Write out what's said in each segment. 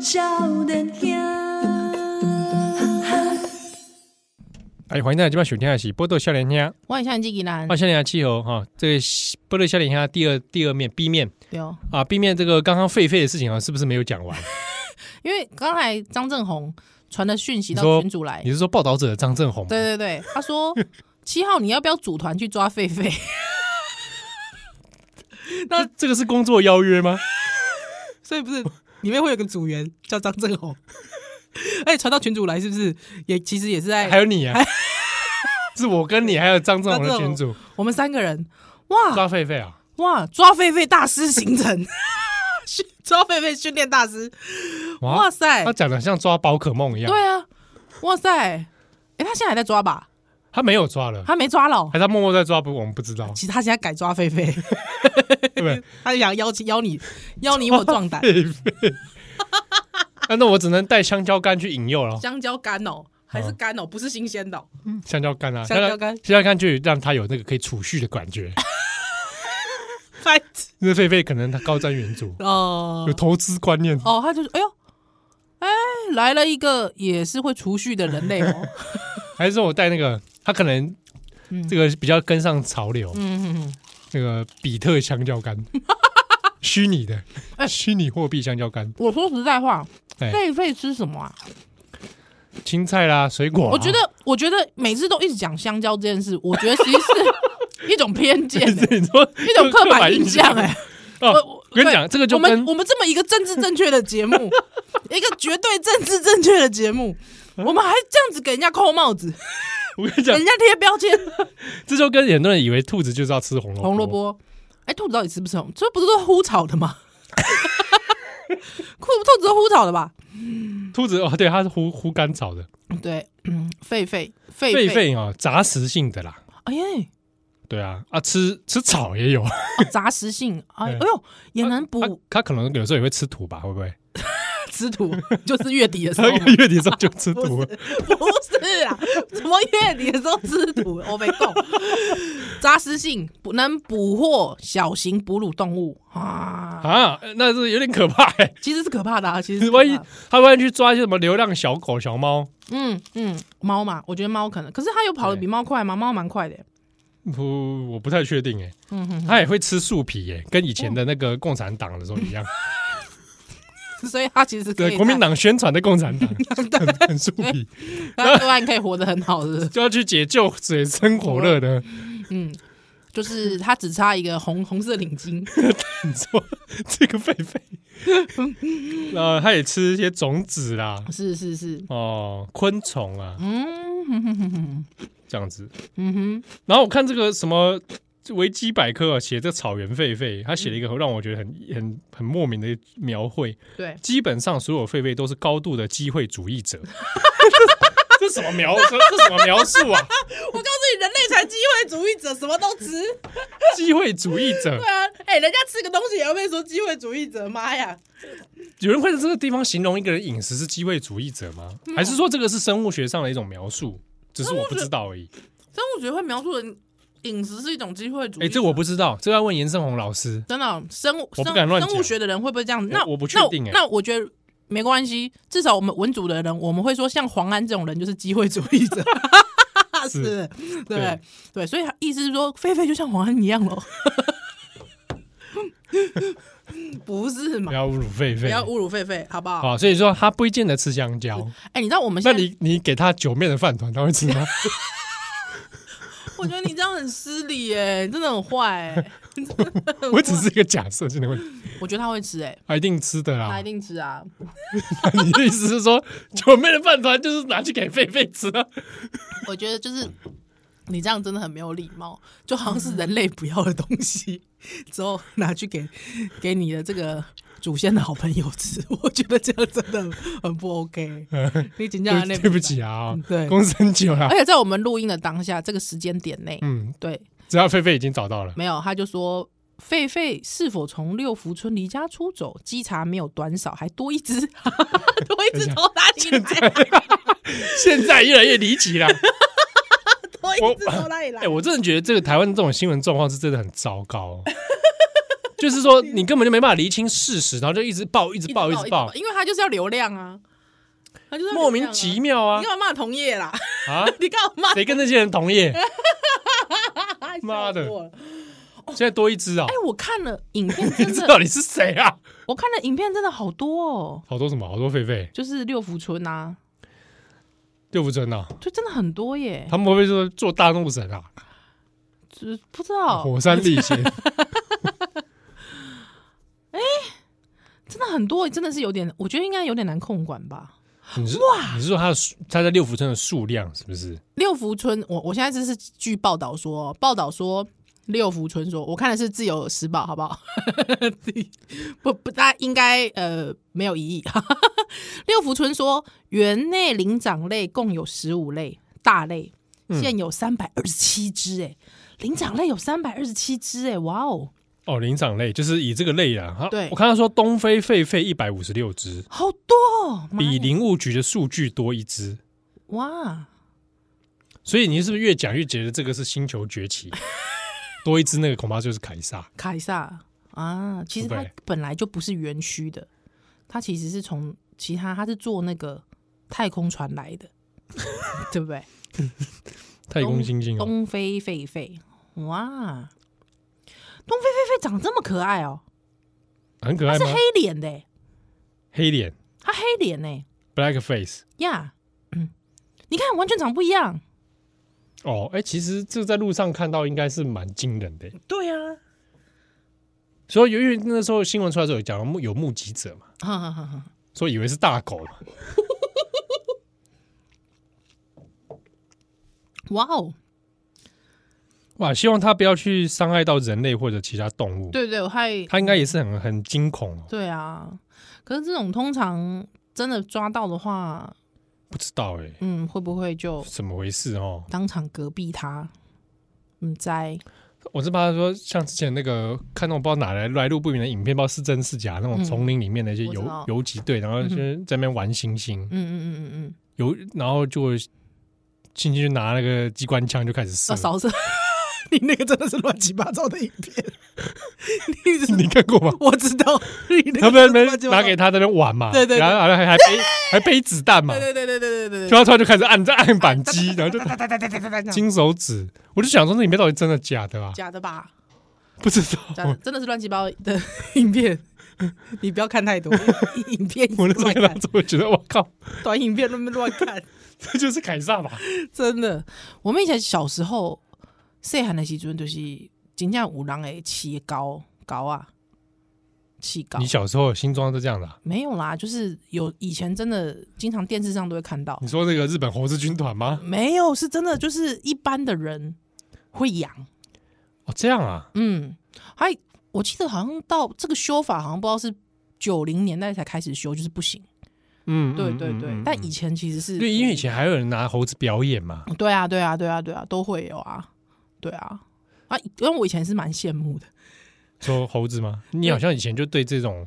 少年兄，哎，欢迎大家今晚收听的是《波多笑脸兄》，我很像这个男啊，，笑脸兄气候哈，这个《波多笑脸兄》第二第二面 B 面对哦，啊，B 面这个刚刚狒狒的事情啊，是不是没有讲完？因为刚才张正宏传的讯息你说到群主来你，是说报道者张正宏吗？哎对对对，他说七号你要不要组团去抓狒狒？ 这这个是工作邀约吗？所以不是里面会有个组员叫张正宏，而且传到群主来是不是也其实也是还在有你啊，是我跟你还有张正宏的群主我们三个人哇抓狒狒啊，哇抓狒狒大师行程， 训抓狒狒训练大师，啊哇塞他，讲的像抓宝可梦一样，对啊，哇塞，哎、他现在还在抓吧？他没有抓了，他没抓了哦还，是他默默在抓，不，我们不知 道，其实他现在改抓狒狒。对不对？ 他就想邀请邀你邀你我 壮胆，狒狒，啊那我只能带香蕉干去引诱了，香蕉干哦，还是干哦，不是新鲜的哦、香蕉干啊，香蕉干香蕉干就让他有那个可以储蓄的感 觉。反因为狒狒可能他高瞻远瞩，哦有投资观念，哦，他就是哎呦，哎来了一个也是会储蓄的人类 哦，还是说我带那个他可能嗯这个比较跟上潮流，嗯，嗯那个比特香蕉 干，虚拟的哎虚拟货币香蕉干，我说实在话，哎狒狒吃什么啊？青菜啦、水果啦，我觉得我觉得每次都一直讲香蕉这件事，我觉得其实 是一种偏见、就是欸。你说一种刻板印象哎、哦我我跟你讲，对这个就我们跟我们这么一个政治正确的节目，一个绝对政治正确的节目，我们还这样子给人家扣帽子，我跟你给讲人，家贴标签，哦这就跟很多人以为兔子就是要吃红萝红萝，卜。哎，兔子到底吃不吃红？这不是都是烀炒的吗？ 兔兔子都烀炒的吧？兔子哦，对，它是烀烀干炒的，对，嗯，狒狒狒狒，狒啊，杂食性的啦，哎呀，对啊，啊吃吃草也有，哦杂食性，哎，哎对啊呦，也能它补它可能有时候也会吃土吧，会不会？吃土， 就是月底的时它候 嘛，月底的时候就吃土了， 不是啊，什么月底的时候吃土，我没 够。杂食性不能捕获小型哺乳动物啊，啊，那是有点可怕、欸。其实是可怕的啊，其实是可 怕万的 一他万一去抓一些什么流浪小狗、小猫，嗯嗯，猫嘛，我觉得猫可能，可是它有跑得比猫快吗？猫蛮快的耶， 不，我不太确定哎、嗯哼他也会吃树皮哎、跟以前的那个共产党的时候一 样。哼，所以它其实可以对，国民党宣传的共 产党很很树皮，在，它对岸可以活得很好，是不 是？就要去解救水深火热的。嗯，就是它只差一个红红色领巾， 你说 这个狒狒， 然后他也吃一些种子啦，是是是，哦，昆虫啊嗯哼哼哼哼，这样子。嗯哼，然后我看这个什么维基百科啊，写这草原狒狒，他写了一个让我觉得很很很莫名的描绘，对，基本上所有狒狒都是高度的机会主义 者。这这什么描？这这什么描述啊？我告诉你，人类才机会主义者，什么都吃。机会主义者对，啊，哎、人家吃个东西也会被说机会主义者，妈呀！有人会在这个地方形容一个人饮食是机会主义者吗？嗯还是说这个是生物学上的一种描述？只是我不知道而已。生物学会描述人饮食是一种机会主义。哎，这我不知道，这个要问严胜宏老师。真的哦生物我生不敢乱讲生物学的人会不会这样子？那我不确定哎那那我觉得没关系，至少我们文组的人，我们会说像黄安这种人就是机会主义 者。是是，对不对对对，所以他意思是说，菲菲就像黄安一 样喽，不是嘛不？要侮辱狒不要狒侮辱狒狒，好不好？啊！所以说他不见得吃香蕉。哎、你知道我们那现在你你给他九面的饭团，他会吃 吗？我觉得你这样很失礼耶，真的很坏耶。真的很坏 我只是一个假设性的问题，我觉得他会吃哎，他一定吃的他啦一。定吃啊。你的意思是说，九妹的饭团就是拿去给狒狒吃啊？我觉得就是你这样真的很没有礼貌，就好像是人类不要的东西，之后拿去给给你的这个祖先的好朋友吃，我觉得这样真的很不 OK。你请教对对不，起啊嗯，对公升酒啦而。且在我们录音的当下，这个时间点内，嗯，对，只要狒狒已经找到了，没有他就说。狒狒是否从六福村离家出走？稽查没有短少，还多一只， 多一只头打起来。现在越来越离 奇啦。我一直从哪里来哎，？我真的觉得这个台湾这种新闻状况是真的很糟糕哦。就是说 你根本就没办法厘清事实，然后就一直爆，一直一爆，一直直爆，因为他就是要流量啊，他就是要莫流量名啊其妙啊你干嘛骂同业啦？ 啊！你干嘛谁跟那些人同 业？骂？ 妈的笑死我了！现在多一只啊哎！，我看了 影片，真这的，到底是谁啊？我看了影片真的好多哦，好多什么？好多狒狒、就是六福村啊，六福村啊，就真的很多耶，他们会不会说做大怒神啊？只不知道火山历 险真的很多，真的是有点，我觉得应该有点难控管吧。你是你是说他的数他在六福村的数量是不是？六福村，我我现在这是据报道说，报道说六福村说，我看的是《自由时报》，好不 好？不不，大家应该呃没有疑义。 六福村说，园内灵长类共有十五类大类，现有三百二十七只，哎，灵长类有三百二十七只，哎，哇哦，哦，灵长类就是以这个类啊。啊对我看他说东非狒狒一百五十六只，好多哦，妈比呀林务局的数据多一只。哇！所以你是不是越讲越觉得这个是星球崛 起？多一只那个恐怕就是凯撒。凯撒啊，其实对不它对本来就不是园区的，它其实是从其他，它是坐那个太空船来的， 对不对？太空猩猩哦，东非狒狒，哇，东非狒狒长这么可爱哦、很可它爱是吗？黑脸的、黑脸它黑脸呢、 （black face） 呀，嗯，你看完全长不一样，哦，哎、其实这在路上看到应该是蛮惊人的。对啊，所以由于那时候新闻出来的时候有讲到目有目击者嘛，哈哈哈哈，说以为是大狗嘛， 哇哦，哇，希望它不要去伤害到人类或者其他动物。，对对，我还它应该也是很很惊恐哦。对啊，可是这种通常真的抓到的话，不知道哎、嗯，会不会就怎么回事哦？当场隔壁他，嗯，在我是怕说，像之前那个看到我不知道哪来来路不明的影片，不知道是真是假，那种嗯丛林里面的一些我知游道游击队，然后就是在那边玩猩猩嗯，嗯嗯嗯嗯，游、然后就猩猩就拿那个机关枪就开始射啊，。扫射， 你那个真的是乱七八糟的影片， 你是你看过吗？我知道， 你那他个们在真的是那边乱七八糟拿给他在那边玩嘛，对对对然后好像还还背还背子弹嘛，对对对对对对对就对，他突然就开始按在按扳机，然后就金手指，我就想说那里面到底真的假的啊？假的吧？不知假的道，真的是乱七八糟的影片， 你不要看太多 影片，我那时候乱看到看之后觉得我靠，短影片，乱乱看， 这就是凯撒吧？真的。我们以前小时候，细汉的时阵就是真正有人会起高高啊，起高你。小时候新装是这样的啊？没有啦，就是有以前真的经常电视上都会看到你，说那个日本猴子军团吗？没有是真的，就是一般的人会养，哦，这样啊，嗯，还我记得好像到这个修法好像不知道是九零年代才开始修，就是不行，嗯，对嗯对嗯对，嗯但嗯以前其实是对，因为以前还有人拿猴子表演嘛，对啊对啊对啊对啊都会有啊，对啊啊，因为我以前是蛮羡慕的，说猴子吗？你好像以前就对这种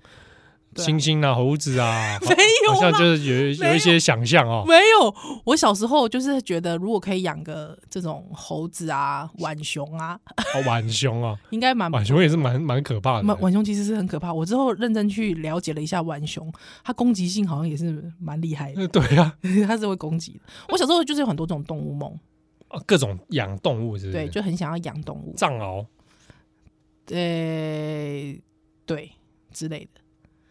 对啊猩猩啊、猴子啊， 没有好啦像就是有没有有一些想象哦。没有，我小时候就是觉得如果可以养个这种猴子啊、浣熊啊，哦，浣熊啊，应该蛮浣熊也是蛮蛮可怕浣的。浣熊其实是很可怕。我之后认真去了解了一下浣熊，它攻击性好像也是蛮厉害的，呃对啊， 它是会攻击的。我小时候就是有很多这种动物梦，哦各种养动物是不是？对，就很想要养动物，藏獒呃，对之类的，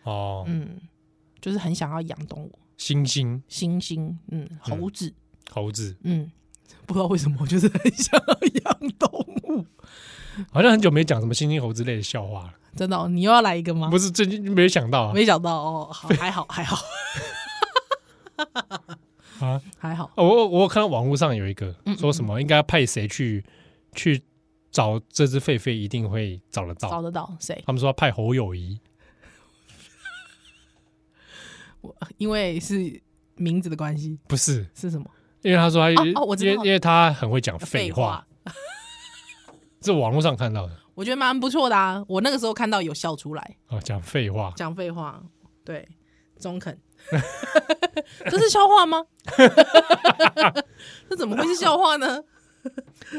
哦，嗯，就是很想要养动物，猩猩、猩猩，嗯，猴子，猴子，嗯。不知道为什么，我就是很想要养动物。好像很久没讲什么猩猩、猴子类的笑话了。真的哦、你又要来一个吗？不是最近没想到啊没想到哦， 好，还好，还好，啊！还好。哦我我有看到网络上有一个嗯说什么应该派谁去去找这只狒狒，一定会找得找到。得到谁？他们说要派侯友谊，我因为是名字的关系，不是是什么？因为他说他因为哦我知因道为因为他很会讲废话，，这网络上看到的我觉得蛮不错的啊。我那个时候看到有笑出来，啊，讲废话。讲废话，对，中肯。 这是笑话吗？这怎么会是笑话呢？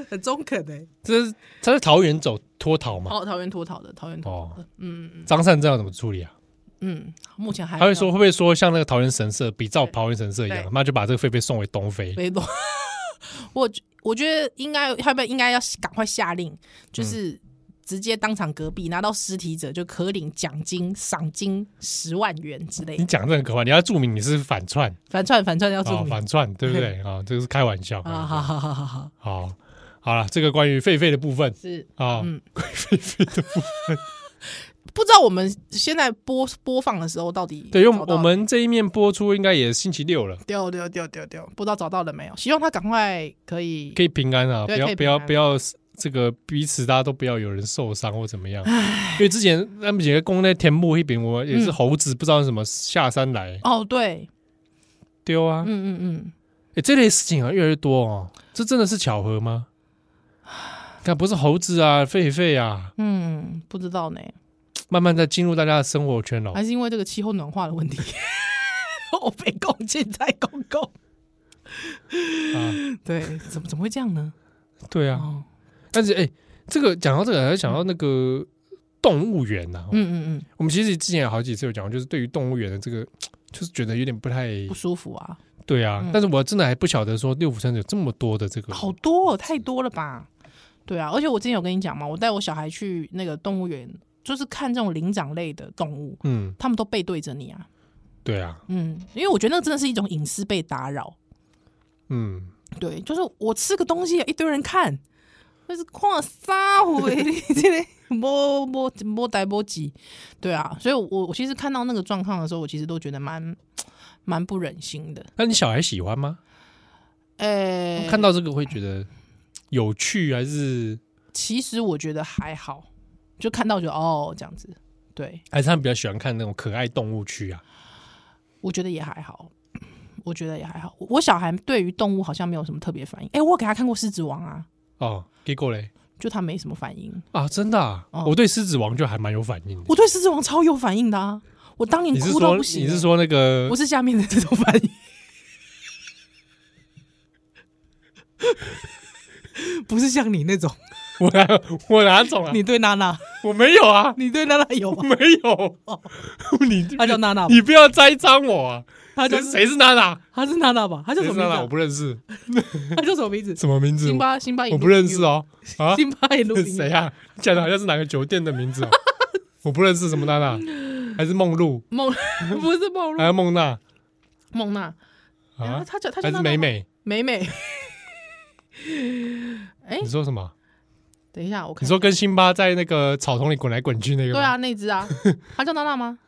很中肯哎、这是他在桃园走脱逃嘛？哦哦，桃园脱逃的，桃园脱逃的，嗯嗯张善政要怎么处理啊？嗯，目前还他没会有说会不会说像那个桃园神社比照对桃园神社一样对，那就把这个狒狒送回东非？没懂。 我觉我觉得应该要不要应该要赶快下令，就是直接当场隔壁拿到尸体者就可领奖金、赏金十万元之类你的。讲得这很可怕，你要注明你是反串反串反串要哦注啊，明反串对不 对啊？这个是开玩笑啊！啊。好好好好好，好，好了，这个关于狒狒的部分是啊，嗯关于狒狒的部分，不知道我们现在播播放的时候到底对，因为找到我们这一面播出应该也是星期六了，丢丢丢丢丢，不知道找到了没有？希望他赶快可以可以平安啊，不对要可以不平安要不要这个彼此大家都不要有人受伤或怎么样，因为之前他们几个公在田木一边，我也是嗯猴子不知道什么下山来哦，对，丢啊，嗯嗯嗯，哎、这类事情啊越来越多哦，这真的是巧合吗？ 看，不是猴子啊，狒狒啊，嗯，不知道呢，慢慢在进入大家的生活圈了、还是因为这个气候暖化的问题。 我被共进在公共，啊。对，怎么怎么会这样呢？对啊，哦，但是哎、这个讲到这个，还想到那个动物园呐、啊。嗯嗯嗯，我们其实之前有好几次有讲过，就是对于动物园的这个，就是觉得有点不太不舒服啊，对啊。嗯但是我真的还不晓得说六福村有这么多的这个好多、哦，太多了吧？对啊，而且我之前有跟你讲嘛，我带我小孩去那个动物园，就是看这种灵长类的动物，嗯，他们都背对着你啊，对啊，嗯，因为我觉得那真的是一种隐私被打扰。嗯，对，就是我吃个东西，一堆人看，就是看啥回这个摸摸摸呆摸急，对啊，所以我我其实看到那个状况的时候，我其实都觉得蛮蛮不忍心的。那你小孩喜欢吗？呃、看到这个会觉得有趣还是其实我觉得还好，就看到就哦这样子，对还是他们比较喜欢看那种可爱动物区啊？我觉得也还好。我觉得也还好，我我小孩对于动物好像没有什么特别反应。哎、我给他看过《狮子王》啊，哦，给过嘞就他没什么反应。啊，真的、啊，哦我对狮子王就还蛮有反应的。我对《狮子王》超有反应的啊，我当年你是哭到说不你行。欸是说那个不是下面的这种反应， 不是像你那种， 我哪我哪种啊？你对娜娜，我没有 啊，你对娜娜有吗？没有。哦你她叫娜娜吧，你不要栽赃我啊！她叫谁谁是娜娜？她是娜娜吧？她叫谁什是么娜娜？我名字不认识，啊？她叫什么名字？什么名字？辛巴，辛巴，我不认识。哦。啊，辛巴也录音，谁啊？讲的好像是哪个酒店的名 字哦。我不认识什么娜娜，还是梦露，梦 不是梦还露是梦娜梦娜，啊，啊？她叫她还叫是娜娜美吗美？美美。哎你，说什么？等一下，我你看说跟辛巴在那个草丛里滚来滚去那个？对啊，，那只啊，她叫娜娜吗？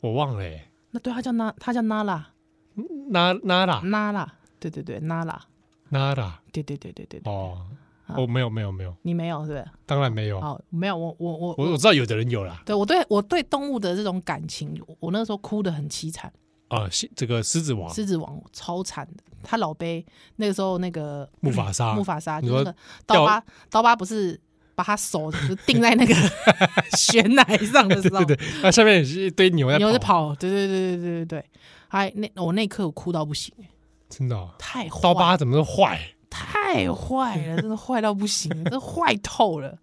我忘了欸。那对，她叫娜，她叫娜拉，娜娜娜娜拉，对对对，娜拉，娜娜对对对对对对，哦，哦没有没有没有，你没有是不是？当然没有。哦，没有，我我我我我知道有的人有啦，对我对我对动物的这种感情，我我那时候哭得很凄惨。啊，西这个狮子王狮子王超惨的，他老杯那个时候那个木法沙，嗯木法沙，你就说那个刀疤刀疤不是把他手就定在那个 悬崖上的时候，对对，那下面也是一堆牛在牛在跑，跑，对对对对对对对，还那我那一刻我哭到不行，真的哦，太坏刀疤怎么都坏，太坏了，真的坏到不行，真的坏透了，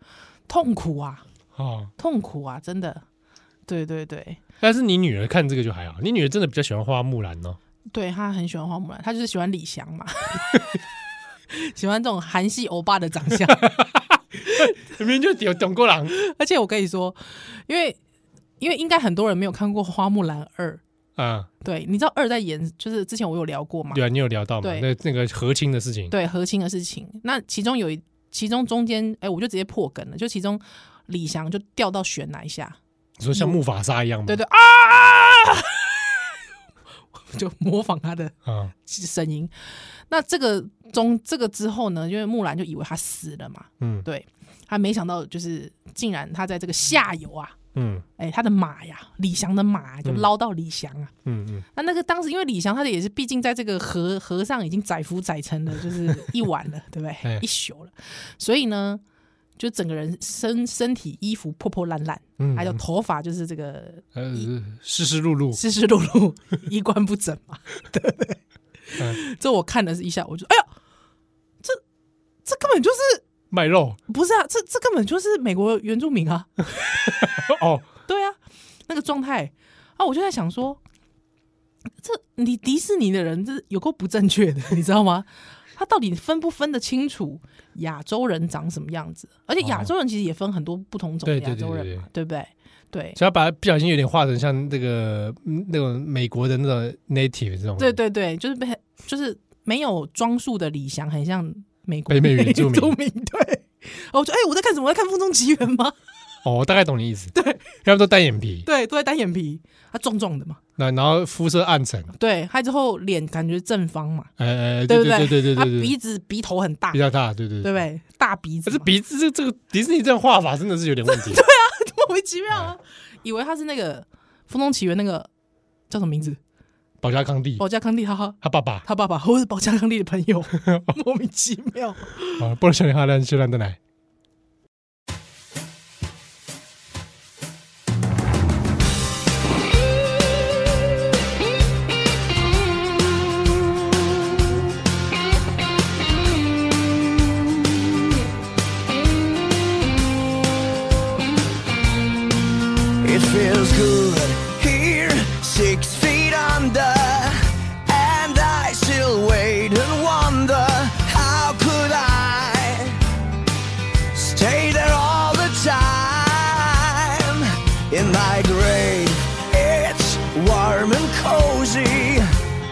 痛苦啊哦。痛苦啊，真的，对对对。但是你女儿看这个就还好，你女儿真的比较喜欢花木兰哦。对他很喜欢花木兰，他就是喜欢李翔嘛， 喜欢这种韩系欧巴的长相。 明明就有懂过狼，而且我跟你说，因为因为应该很多人没有看过《花木兰二》，啊，对，你知道二在演，就是之前我有聊过嘛，对啊，你有聊到嘛？对那那个和亲的事情，对和亲的事情。那其中有一，其中中间，哎，我就直接破梗了，就其中李翔就掉到悬崖下，你说像木法沙一样吗？嗯对对 啊，就模仿他的啊，声音。那这个中这个之后呢，因为木兰就以为他死了嘛，嗯对他没想到，就是竟然他在这个下游啊，嗯哎、他的马呀，李翔的马就捞到李翔啊。嗯嗯，那那个当时因为李翔他的也是，毕竟在这个河河上已经载浮载沉了，就是一晚了，对不哎对？一宿了，所以呢，就整个人身身体衣服破破烂烂，嗯还有头发就是这个呃，湿湿漉漉，湿湿漉漉、衣冠不嗯 整嘛，对不对？这我看了一下，我就哎呀，这这根本就是卖肉不是啊？这这根本就是美国原住民啊！ 哦，对啊，那个状态啊，我就在想说，这你迪士尼的人这有够不正确的， 你知道吗？他到底分不分得清楚亚洲人长什么样子？而且亚洲人其实也分很多不同种的哦对对亚洲对人对嘛，对不对？对所以他把它不小心有点画成像那个嗯那种美国的那种 native 这种对对对，就是被就是没有装束的李翔，很像美国北美原住住 民民。对，然后我就哎、我在看什么？我在看《风中奇缘》吗？ 哦，我大概懂你意思。对，要不都单眼皮，对，都在单眼皮，他壮壮的嘛。那然后肤色暗沉，对，他之后脸感觉正方嘛，呃，对对不对对对对他对鼻对，子鼻头很大，比对较大，对对不。对？大鼻子可嘛，是鼻子这这个迪士尼这样画法真的是有点问题。 莫名其妙啊，以为他是那个《风中奇缘》那个叫什么名字？保加康帝保加康帝，哈哈，他爸爸他爸爸或是保加康帝的朋 友，莫名其妙。啊，不能想他让修兰的奶。 It feels good here, six feet under, and I still wait and wonder how could I stay there all the time in my grave? It's warm and cozy,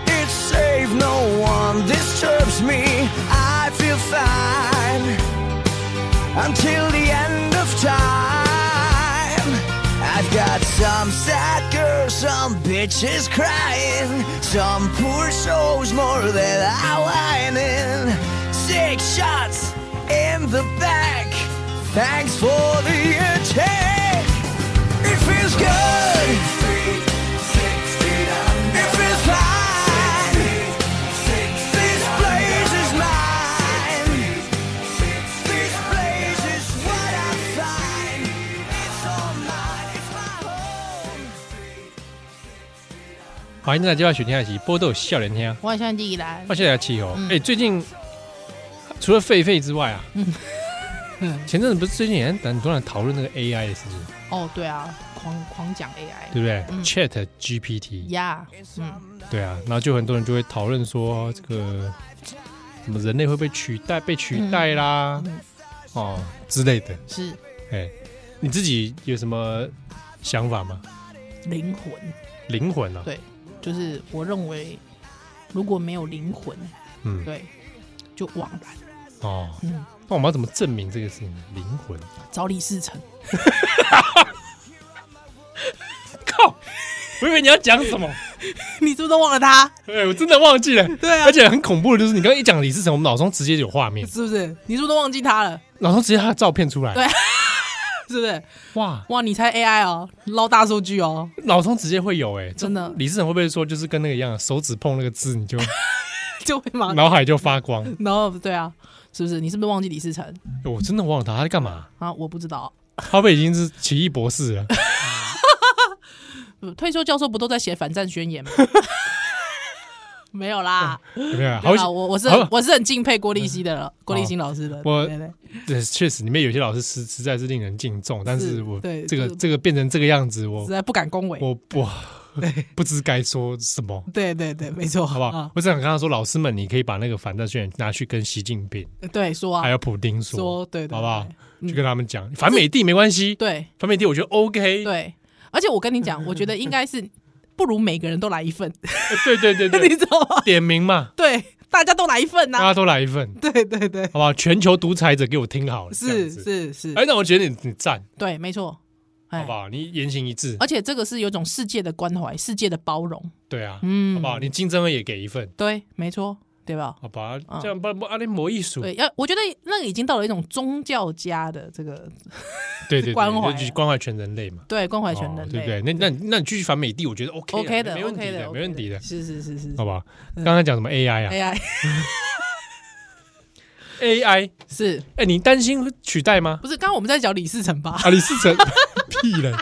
it's safe, no one disturbs me. I feel fine until the end of time. I've got some sad girls, some bitches crying, some poor souls more than outlining. Six shots in the back. Thanks for the attack. It feels good. It feels fine. This place is mine. This place is what I find. It's all mine. It's my home. 欢迎大家接下雪天下棋，波豆笑脸天，我想起来欢，迎大家气候。嗯哎，最近除了狒狒之外啊，嗯前阵子不是最近也很多人讨论那个 AI 的事情，哦，对啊，狂狂讲 AI，对不对？Chat GPT，呀，嗯，对啊，然后就很多人就会讨论说，这个什么人类会被取代、被取代啦，哦之类的。是哎，你自己有什么想法吗？灵魂，灵魂啊，对就是我认为如果没有灵魂，嗯，对，就枉然。哦，嗯那我们要怎么证明这个事情？灵魂？找李世成，靠！ 我以为你要讲什么， 你是不是都忘了他？哎，我真的忘记了。对啊而且很恐怖的就是，你刚刚一讲李世成，我们脑中直接有画面，是不是？你是不是都忘记他了？脑中直接他的照片出来。对是不是？哇，哇，你才 AI 哦，捞大数据哦， 脑中直接会有哎、这真的李世成会不会说就是跟那个一样，手指碰那个字，你 就就会忙。脑海就发光？然后对啊，是不是？你是不是忘记李世成哎我真的忘了他他在干嘛？啊？我不知道，他会不会已经是奇异博士 了？呃退休教授不都在写反战宣 言吗？没有啦，有没有？没有嗯好啦，像我我是好嗯我是很敬佩郭立熙的了，郭立新老师的。我对对对对确实里面有些老师实实在是令人敬重，但是我对这个就是啊这个变成这个样子，实我在不敢恭维。我我不知该说什么。对对对，没错，好不好啊？？我只想跟他说，老师们，你可以把那个反战宣言拿去跟习近平对，说还啊，有普丁说说，对对，好不好对？嗯去跟他们讲，反美帝没关系，对反美帝我觉得 OK。对，而且我跟你 讲，我觉得应该是不如每个人都来一份，哎对对对 你对，啊知道吗？点名嘛，对，大家都来一份啊大呐、家都来一份，对对对，好不好？全球独裁者给我听好了，这样是子。是是，哎，那我觉得你你赞，对，没错，好哎哦不，好？你言行一致，而且这个是有种世界的关怀，世界的包容，对啊，嗯，好不好？你金正恩也给一份，对，没错，对吧？好吧嗯？这样不不啊阿联魔艺术，对，要我觉得那个已经到了一种宗教家的这个对对对，关怀就啊是关怀全人类嘛，对关怀全人哦类，对不对？那那那你继续反美帝，我觉得 OK 啊 OK 的没问题，OK 的，嗯哎没问题的，是是是是好不好？刚刚讲什么 AI 啊，AI ？AI，是哎，你担心会取代吗？不是？刚刚我们在讲李世成吧？啊，李世 成，屁嘞！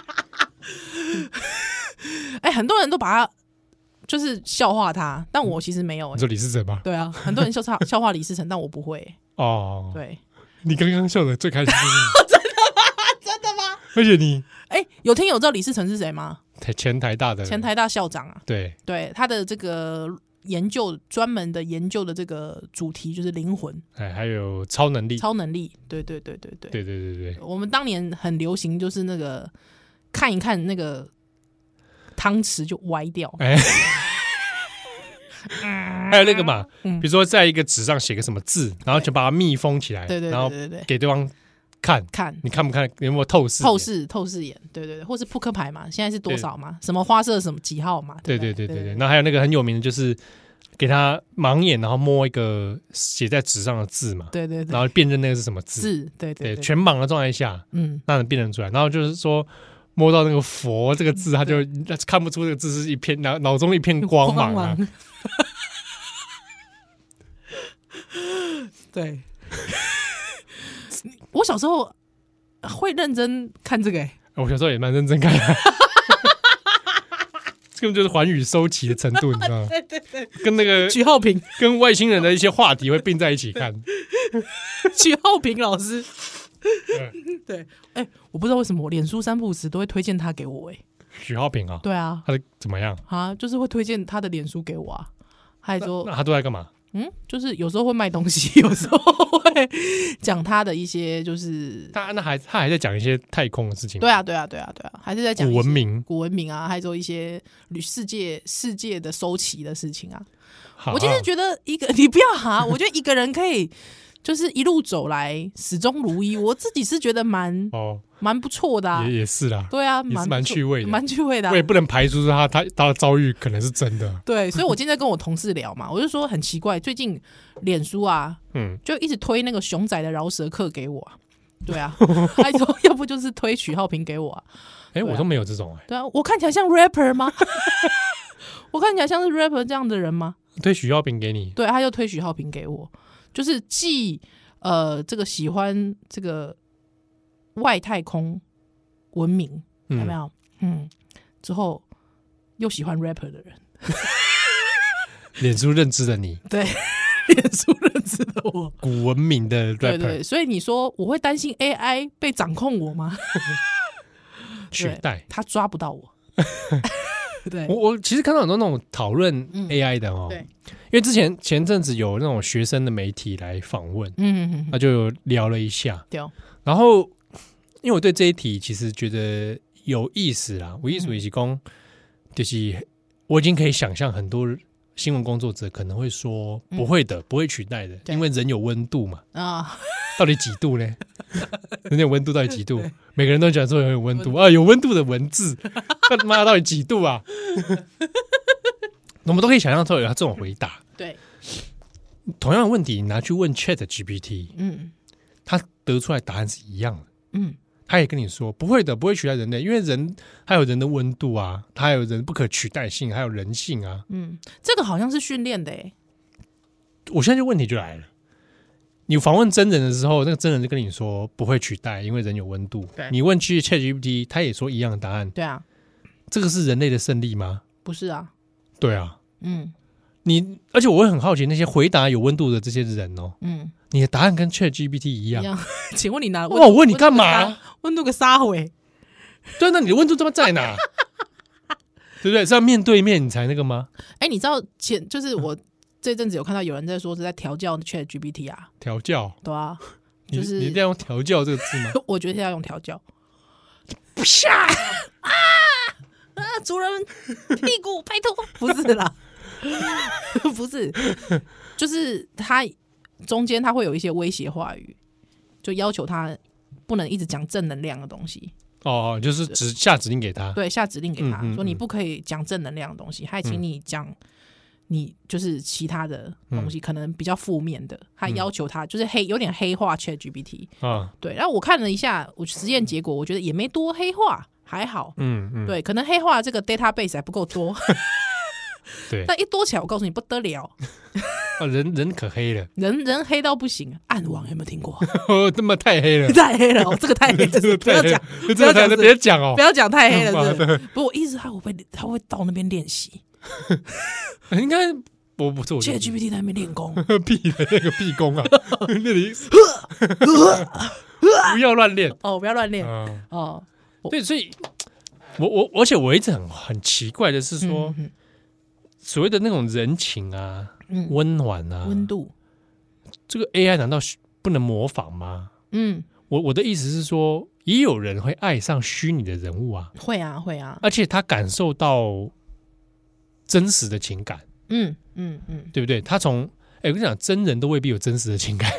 哎，很多人都把它就是笑话他，但我其实没有、嗯你欸。说李世哲吧？对啊，很多人笑 他笑话李世成，但我不会、欸哦，对，你刚刚笑的最开心就是 真的吗？你，而且你哎、有听友知道李世成是谁吗？台前台大的前台大校长啊，对对他的这个研究专门的研究的这个主题就是灵魂哎，还有超能力，超能力。对对对对对，对对对对，我们当年很流行就是那个看一看那个汤匙就歪掉，哎， 还有那个嘛，比如说在一个纸上写个什么字，然后就把它密封起来，对对对然后对对对给对方看，看你看不看有没有透视？透，视透视眼，对对对，或是扑克牌嘛，现在是多少嘛？什么花色什么几号嘛？对不对对对对对。对，然后还有那个很有名的就是给他盲眼，然后摸一个写在纸上的字嘛，对对然对，后辨认那个是什么字，字对对对，对，全盲的状态下，嗯，那能辨认出来。然后就是说摸到那个佛这个字，他就看不出这个字是一片，脑脑中一片光芒啊。光 对， 我小时候会认真看这个、欸，哦我小时候也蛮认真看的， 这根本就是环宇收集的程度，你知道吗？ 对对对，跟那 个徐浩平，跟外星人的一些话题会并在一起看。徐浩平老师，对对，哎、我不知道为什么我脸书三不五时都会推荐他给我、欸，哎，许浩平啊，对啊，他的怎么样？啊，就是会推荐他的脸书给我啊，还说那他都在干嘛？嗯，就是有时候会卖东西，有时候会讲他的一些就是。他那还他还在讲一些太空的事情。对，啊，对啊，对啊，对啊，还是在讲古一些文明。古文明啊，还有一些旅世界世界的收齐的事情啊。好我就是觉得一个 你不要哈，我觉得一个人可以就是一路走来始终如一，我自己是觉得蛮哦，蛮不错的、啊。也也是啦，对啊，也是蛮蛮不错趣味的蛮趣味的啊、我也不能排除说他他他的遭遇可能是真的。对，所以我今天在跟我同事聊嘛，我就说很奇怪，最近脸书啊，嗯，就一直推那个熊仔的饶舌课给我、啊。对啊， 还说要不就是推许浩平给我啊。哎，我都没有这种哎。对啊，我看起来像 rapper 吗？ 我看起来像是 rapper 这样的人吗？推许耀平给你，对，啊他就推许浩平给我，就是既呃这个喜欢这个外太空文明有没嗯，有？嗯，之后又喜欢 rapper 的人，脸书认知的你，对， 脸书认知的我，古文明的对对， rapper 所以你说我会担心 AI 被掌控我吗？ 取代。他抓不到 我，对我我其实看到很多那种讨论嗯 AI 的哦，对因为之前前阵子有那种学生的媒体来访问，嗯嗯，嗯那就有聊了一下，对哦，然后因为我对这一题其实觉得有意思啦，我意思也是嗯讲，就是我已经可以想象很多新闻工作者可能会说不会的，不会取代的，嗯对因为人有温度嘛，啊，到底几度 呢？人有温度到底几度？每个人都讲说很有温度啊，有温度的文字，那他妈到底几度 啊？我们都可以想象出有他这种回答。对，同样的问题，你拿去问 Chat GPT，嗯它得出来答案是一样的。嗯，他也跟你说不会的，不会取代人类，因为人还有人的温度啊，他有人不可取代性，还有人性啊。这个好像是训练的欸诶，我现在就问题就来了，你访问真人的时候，那个真人就跟你说不会取代，因为人有温度对。你问去 ChatGPT，他也说一样的答案，对啊，这个是人类的胜利吗？不是啊，对啊，嗯你而且我会很好奇那些回答有温度的这些人哦，嗯，你的答案跟 ChatGPT 一一样。样。 请问你拿哇，我问你干温度嘛个？沙？温度个沙回，对，啊那你的温度他妈在哪？ 对不对？是要面对面你才那个吗？哎，你知道前就是我这阵子有看到有人在说是在调教 Chat GPT 啊，调教。对啊，你就是你一定要用调教这个字 吗？我觉得现在用调教。啊啪啊啊！主人屁股，拜托，不是啦， 不是，就是他中间他会有一些威胁话语，就要求他不能一直讲正能量的东西，哦，就是指下指令给他。对，下指令给他、嗯嗯说你嗯不可以讲正能量的东西，还请你讲。你就是其他的东西，可能比较负面的，他要求他就是黑，有点黑化 ChatGPT，啊，对，然后我看了一下我实验结果，我觉得也没多黑化，还好。嗯嗯，对，可能黑化这个 database 还不够多，对但一多起来，我告诉你不得了，啊，人人可黑了， 人人黑到不行。暗网有没有听过？，哦，他妈太黑了太黑了，我这个太黑 了，不要讲， 这不要太讲黑，这别讲哦不。要讲太黑了，妈的真的。不过我一直他我会他会到那边练习，哎应该我不是我就 Chat GPT 在那边 练功，屁的那个屁功 啊，那里不要乱 练哦，不要乱练啊。哦。对，所以我我而且我一直很很奇怪的是说，嗯所谓的那种人情啊、嗯温暖啊、温，度，这个 AI 难道是不能模仿吗？嗯，我我的意思是说，也有人会爱上虚拟的人物啊，会啊，会 啊，而且他感受到真实的情感，嗯嗯嗯，对不对？他从哎，我跟你讲，真人都未必有真实的情感，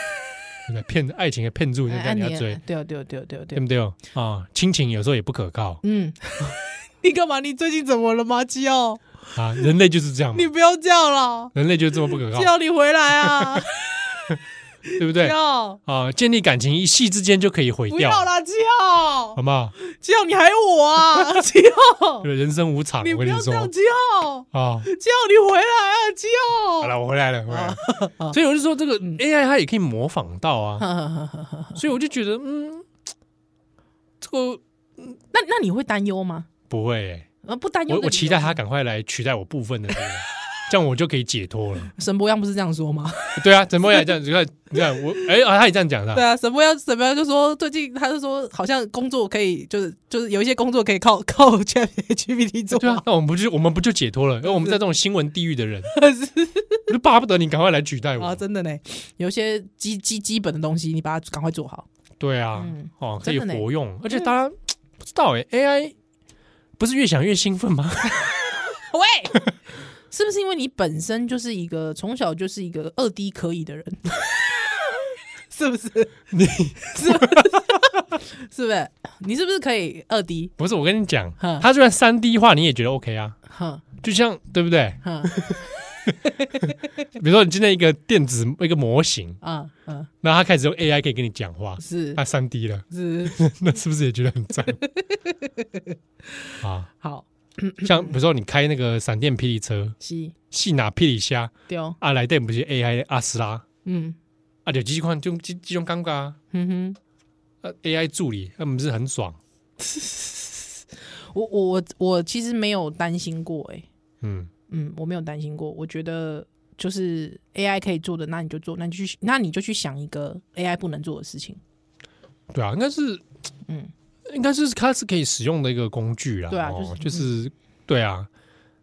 对不对骗爱情的骗住，人哎家你要追，对哦对哦对哦对哦对对哦不，对？啊，亲情有时候也不可靠 嗯， 你干嘛？你最近怎么了吗，基奥？啊，人类就是这样嘛你，不要这样啦，人类就是这么不可靠基，奥你回来啊， 对不基对？奥啊，建立感情一夕之间就可以毁不掉，要啦，基奥好，不好？基奥你还我啊， 基奥对，不对，人生无常，你我不跟你要这说样，基奥，啊。基奥你回来啊，基好奥。了，我回来了，回来哦了。所以我就说，这个嗯 AI 它也可以模仿到啊，所以我就觉得，嗯，这个 那那你会担忧吗？不会欸、呃，不担忧我的理由是。我期待他赶快来取代我部分的这个，这样我就可以解脱了。 沈博阳不是这样说吗？对啊，怎么也这样？你看，你看我，哎、啊，他也这样讲的对啊。啊，沈博阳沈博阳就说最近他就说好像工作可以，就是就是有一些工作可以靠 靠 Chat GPT 做对啊嘛，，那我们不就我们不就解脱了？因为我们在这种新闻地狱的 人，我就巴不得你赶快来取代啊，我。真的呢，有一些基基基本的东西，你把它赶快做好。对啊嗯，哦，可以真的呢嗯活用，而且大家不知道哎，AI 不是越想越兴奋吗？ 喂， 是不是因为你本身就是一个从小就是一个二 D 可以的人？ 是不是？你是不是？ 是不是？你是不是可以二 D？不是我跟你讲哼，它就算三 D 化你也觉得 OK 啊，哼就像对不对？哼比如说你今天一个电子一个模型，啊嗯，那它开始用 AI 可以跟你讲话，是它三 D 了，是 那是不是也觉得很 赞？啊，好像比如说你开那个闪电霹雳车，是细拿霹雳虾，丢啊来电不是 AI 阿斯拉，嗯啊就几款就这这种尴尬啊哼哼。啊，AI 助理那不是很爽？我我我我其实没有担心过、欸，嗯，嗯，我没有担心过。我觉得就是 AI 可以做的，那你就做，那你就去，那你就去想一个 AI 不能做的事情。对啊，应该是，嗯嗯，应该是它是可以使用的一个工具啦。对啊哦就就是是对啊，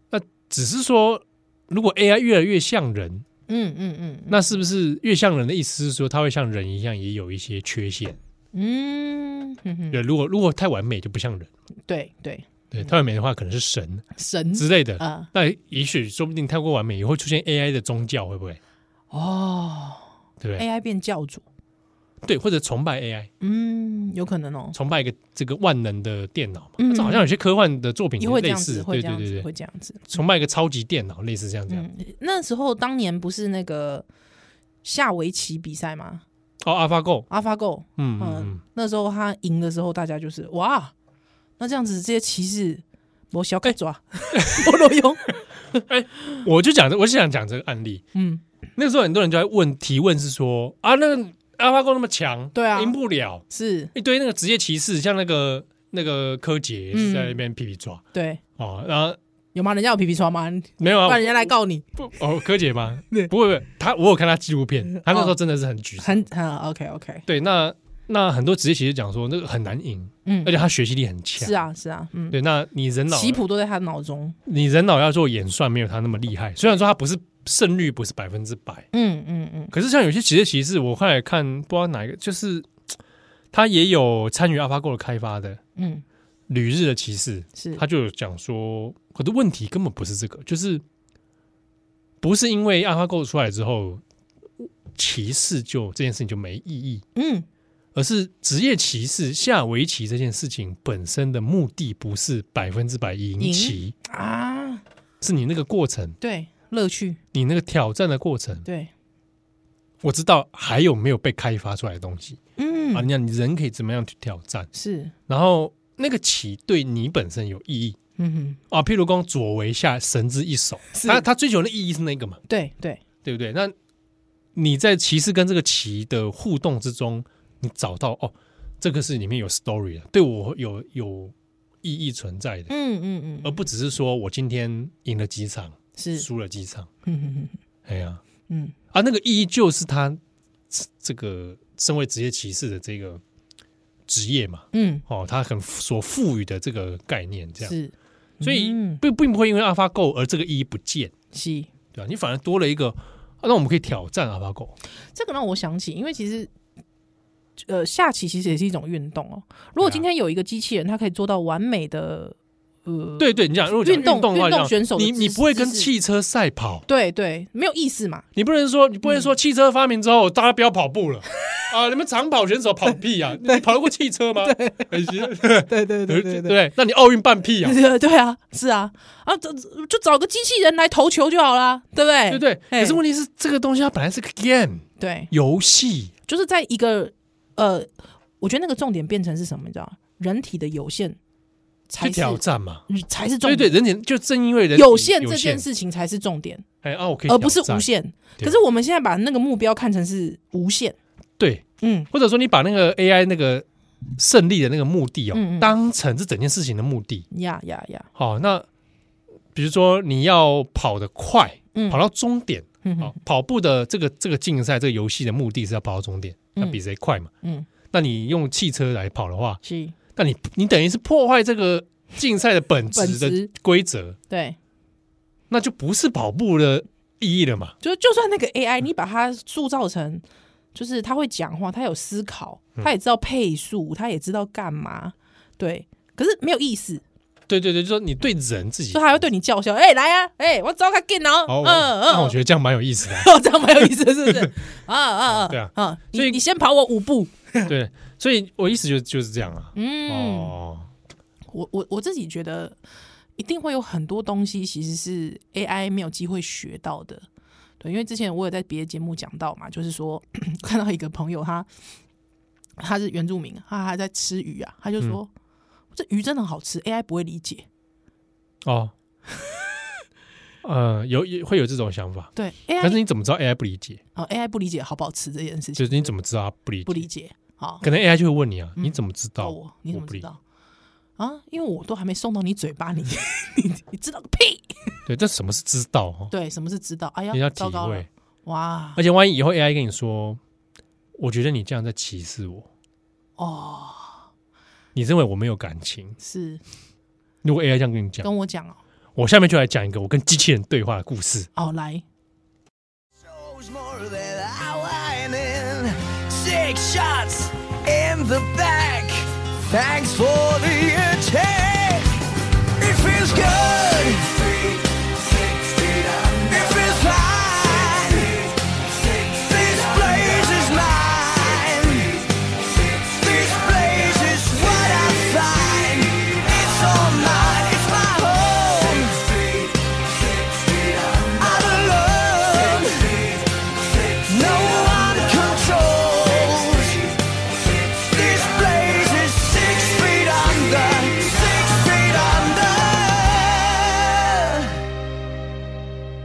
那只是说，如果 AI 越来越像人，嗯嗯嗯，那是不是越像人的意思是说，它会像人一样也有一些缺陷？嗯哼哼对，如果如果太完美就不像人，对对，对，太完美的话可能是神神之类的。啊、那也许说不定太过完美也会出现 AI 的宗教，会不会？哦对不对？ ，AI 变教主，对，或者崇拜 AI，嗯，有可能哦，崇拜一个这个万能的电脑嘛？嗯这好像有些科幻的作品也会这类样子，似，会对这对样对子，对会，这样子。崇拜一个超级电脑，类似这样这样。嗯，那时候当年不是那个下围棋比赛吗哦，AlphaGo， ？AlphaGo，嗯嗯嗯嗯，，那时候他赢的时候，大家就是哇，那这样子这些骑士我小盖抓，哎 我裸 用，嗯我就讲这，我就想讲这个案例。嗯，那个时候很多人就在问提问是说啊，那个 AlphaGo 那么强，对啊赢不了是一堆那个职业歧视，像那个那个柯洁嗯是在那边皮皮抓对，哦，然后有吗？人家有皮皮床吗？不没有啊然，人家来告你，不哦，柯洁吗？不会 对嗯哦不会，他我有看他纪录片，他那时候真的是很沮丧。很嗯很 OK OK，对，那那很多职业歧视讲说那个很难赢，嗯而，且他学习力很强。是，啊是啊，嗯，对，那你人脑棋谱都在他脑中，你人脑要做演算，没有他那么厉害。虽然说他不是胜率不是百分之百。嗯嗯嗯，可是像有些职业歧视，我后来看不知道哪一个，就是嘖他也有参与 AlphaGo 的开发的嗯，旅日的歧视，是他就有讲说，可的问题根本不是这个，就是不是因为 AlphaGo 出来之后歧视就这件事情就没意义，嗯而是职业歧视下围棋这件事情本身的目的不是百分之百赢赢棋，啊，是你那个过程，对，乐趣，你那个挑战的过程。对，我知道还有没有被开发出来的东西。啊，嗯，你看你人可以怎么样去挑战，是，然后那个棋对你本身有意义嗯哼，啊。譬如说左为下，神之一手，是他他追求的意义是那个嘛，对对，对不对？那你在骑士跟这个棋的互动之中，你找到哦，这个是里面有 story 的，对我有有意意义存在的，嗯嗯而不只是说我今天赢了几场，是输了几场。嗯哎呀，嗯啊，那个意义就是他这个身为职业骑士的这个职业嘛，嗯，哦，他很所赋予的这个概念，这样，是所以嗯并并不会因为 AlphaGo 而这个意义不见，是。对吧、你反而多了一个，啊那我们可以挑战 AlphaGo，这个让我想起，因为其实。呃，下棋其实也是一种运动哦。如果今天有一个机器人，它可以做到完美的，呃，对对，你讲如果讲运动动的话运动选手的你姿你不会姿跟势汽车赛跑，对对，没有意思嘛。你不能说你不能说嗯汽车发明之后大家不要跑步 了啊，你们长跑选手跑屁啊，你跑得过汽车吗？对对对 对对对，对，那你奥运办屁啊？ 对对啊，是啊，啊，这就找个机器人来投球就好啦，对不对？对不对？嘿可是问题是，这个东西它本来是个 game 对，游戏，就是在一个呃，我觉得那个重点变成是什么？你知道吗？人体的有限才去是挑战嘛。嗯才是重对点，对，人点就正因为人有限这件，事情才是重点，哎啊，我可以，而不是无。限。对可是我们现在把那个目标看成是无限，对，嗯，或者说你把那个 AI 那个胜利的那个目的嗯哦嗯，当成是整件事情的目的。呀呀呀，好，那比如说你要跑得快，嗯跑到终点。嗯好哼，跑步的这个这个竞赛这个游戏的目的是要跑到终点，嗯那比谁快嘛。嗯，那你用汽车来跑的话，是，那你你等于是破坏这个竞赛的本质本的质规则。对，那就不是跑步的意义了嘛。就是就算那个嗯 AI，你把它塑造成，就是它会讲话，它有思考，嗯它也知道配速，它也知道干嘛，对。可是没有意思，对对对，就说你对人自己所以，它还会对你叫嚣：“哎、来啊，哎、我招开 get 哦，哦，嗯嗯。那我觉得这样蛮有意 思的啊。哦，这样蛮有意思的，是不是？啊啊啊！对啊啊，所你以你先跑我五步。对，所以我意思就就是这样啊。嗯，哦，我我我自己觉得一定会有很多东西其实是 AI 没有机会学到的。对，因为之前我有在别的节目讲到嘛，就是说 看到一个朋友他他是原住民，他还在吃鱼啊，他就说、嗯这鱼真的好吃，AI 不会理解。哦， 呃，有有会有这种想法，对但是，AI 你怎么知道 AI 不理解？啊、AI 不理解好不好吃这件事就情，是你怎么知道它不理解？不理解。好，可能 AI 就会问你啊，你怎么知告道？我，你怎我么不知理解道？啊，因为我都还没送到你嘴巴，你你你知道个屁！对，这什么是知道？哦， 对，什么是知道？哎呀你要，体糟糕了会。，哇而且万一以后 AI 跟你说，我觉得你这样在歧视我，哦，你认为我没有感情？是如果 AI 这样跟你讲，跟我讲哦，我下面就来讲一个我跟机器人对话的故事。哦来， Shows more than outlining. Six shots in the back. Thanks for the attack. It feels good. It feels fine. This place is mine. This place is what I find. It's all mine. It's my home. I'm alone. No one controls. This place is six feet under. Six feet under.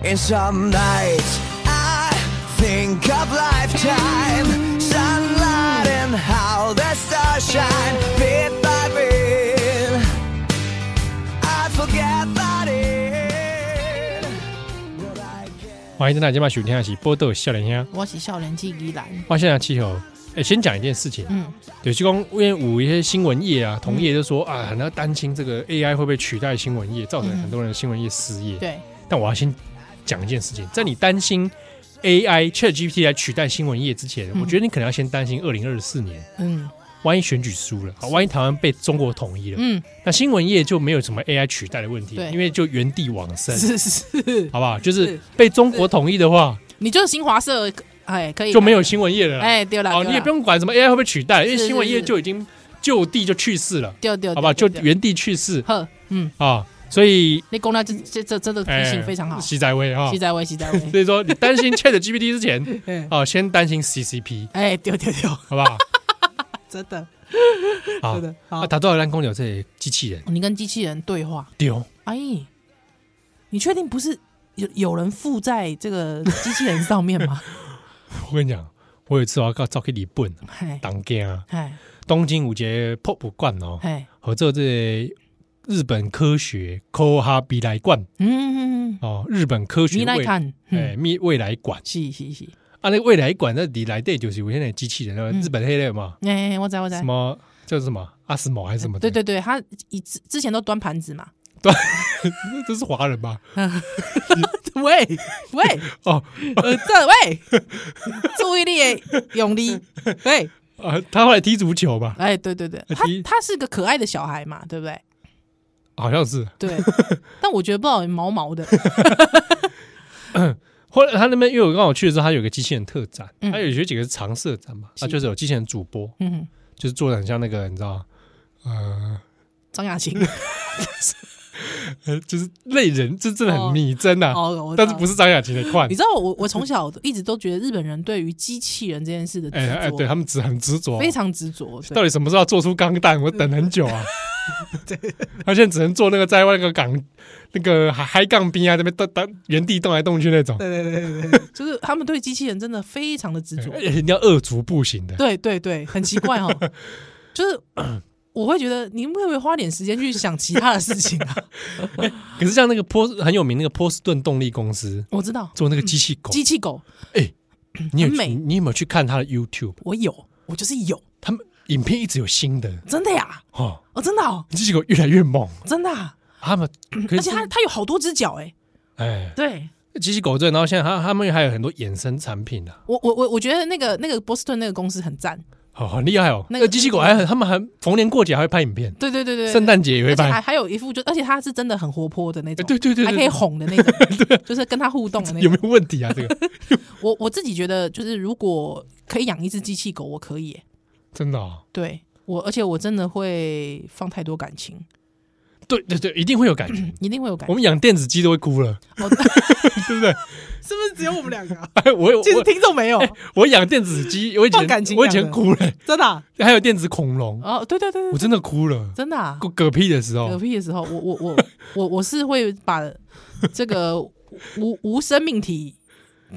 And some nights I think of lifetime. Sunlight and how the stars shine. Bit by bit, I forget that it. But I can. 欢迎大家今晚收听的是《波豆笑脸兄》，我是少年纪依然，我现在气候。哎，先讲一件事情，嗯，对，就光因为有一些新闻业啊，同业就说、嗯啊，那担心这个 AI 会不会取代新闻业，造成很多人的新闻业失业。对，但我要先讲一件事情，在你担心 AI ChatGPT 来取代新闻业之前，我觉得你可能要先担心二零二四年，嗯万一选举输了，好，万一台湾被中国统一了，嗯，那新闻业就没有什么 AI 取代的问题对，因为就原地往生，是是，好不好？就是是被中国统一的话，你就是新华社，哎，可以就没有新闻业了啦。哎，丢了，哦，对你也啦不用管什么 AI 会不会取代，因为是新闻是业是就已经就地就去世了，丢丢，好吧？丢就丢原地去世呵，嗯，啊，所以那公道这这这真的提哎醒非常好，西仔威啊西。在威，西在威， 所以说，你担心 Chat GPT 之 前嗯啊，先担心 CCP，哎，丢丢丢，好 不好？真的好真，的啊，好，打到蓝公鸟这机器人你跟机器人对话，丢，阿姨，你确定不是有有人附在这个机器人上面 吗？我跟你讲，我有一次我要告去日本嗨当家啊，嗨东京有一个博物馆哦，嗨，合作这个日本科学 “Kohabi 来冠嗯，”哦，日本科学你来未看，哎嗯，未未来馆是是是，啊，那个未来馆那里来的就是有些那个机器人，那啊嗯个日本黑的嘛，哎，我知我知什，么叫什么阿斯摩还是什么的？对对对，他以之之前都端盘 子嘛，对， 这是华人吧？喂喂，哦呃，这 喂，注意力的用力，喂，啊，他后来踢足球吧？哎，对对对，他其实他是个可爱的小孩嘛，对不对？好像是。 对，但我觉得不知道毛毛的，后来他那边因为我刚好去的时候，他有个机器人特展，嗯他有有几个是常设展嘛，他就是有机器人主播，嗯，就是做的很像那个你知道，呃，张雅琴，呃 就是类人，这真的很拟真呐、 啊，哦，我但是不是是张雅琴的款你？知道我我从小一直都觉得日本人对于机器人这件事的哎哎，执对着他们执很执着，啊非常执着，对到底什么时候要做出钢弹？我等很久 啊。他现在只能做那个在那个港那个海海港边啊，这边动动原地动来动去那种。对对对对对，就是他们对机器人真的非常的执着而。且哎你要二足步行的，对对对，很奇 怪哦，就是我会觉得你们可不可以花点时间去想其他的事情啊？ 可是像那个波很有名那个波士顿动力公司我知道做那个机器狗，嗯哎机器狗，你有很美你你有没有去看他的 YouTube？我有，我就是有，他们影片一直有新的真的呀，哦，哦，真的哦，机器狗越来越猛，真的啊，他们可而是且它它有好多只脚哎，哎，对。机器狗这，然后现在他他们还有很多衍生产品啊，我我我我觉得那个那个波士顿那个公司很赞，好很厉害哦。那那个个机器狗还很他们还逢年过节还会拍影片，对对对对，圣诞节也而会且还拍，还有一副就，而且他是真的很活泼的那哎种，对对对对还可以哄的那 种，就是跟他互动的那有种没。有问题啊？这个我我自己觉得，就是如果可以养一只机器狗，我可以耶。真的哦，对我，而且我真的会放太多感情，对对对，一定会有感情。一定会有感我情。们养电子鸡都会哭了， 哦对不对？是不是只有我们两个啊？ 哎，我其实我哎听众没有，我养电子鸡，我以放感前情我以养的前哭了，真的啊，还有电子恐龙，哦，对对对我对，真的哭了。真的啊！嗝嗝屁的时嗝候，屁的时候，我我我我我是会把这个无无生命体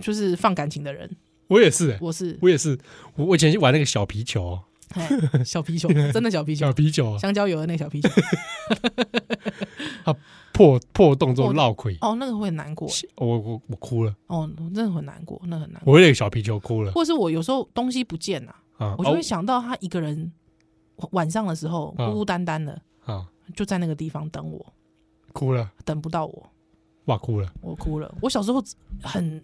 就是放感情的人，我也是，哎 我是我也是，我我以前去玩那个小皮球哦，哎小皮球，真的小皮球小，皮球哦香蕉油的那个小皮球。破破洞之后绕开，哦，那个会很 难过耶。我我我哭了，哦，那很难过，那很难过。我为了小皮球哭了或者是我有时候东西不见了、啊！我就会哦想到他一个人晚晚上的时候啊孤孤单单的，啊，就在那个地方等我，哭了，等不到我，哇，哭了，我哭了。我小时候很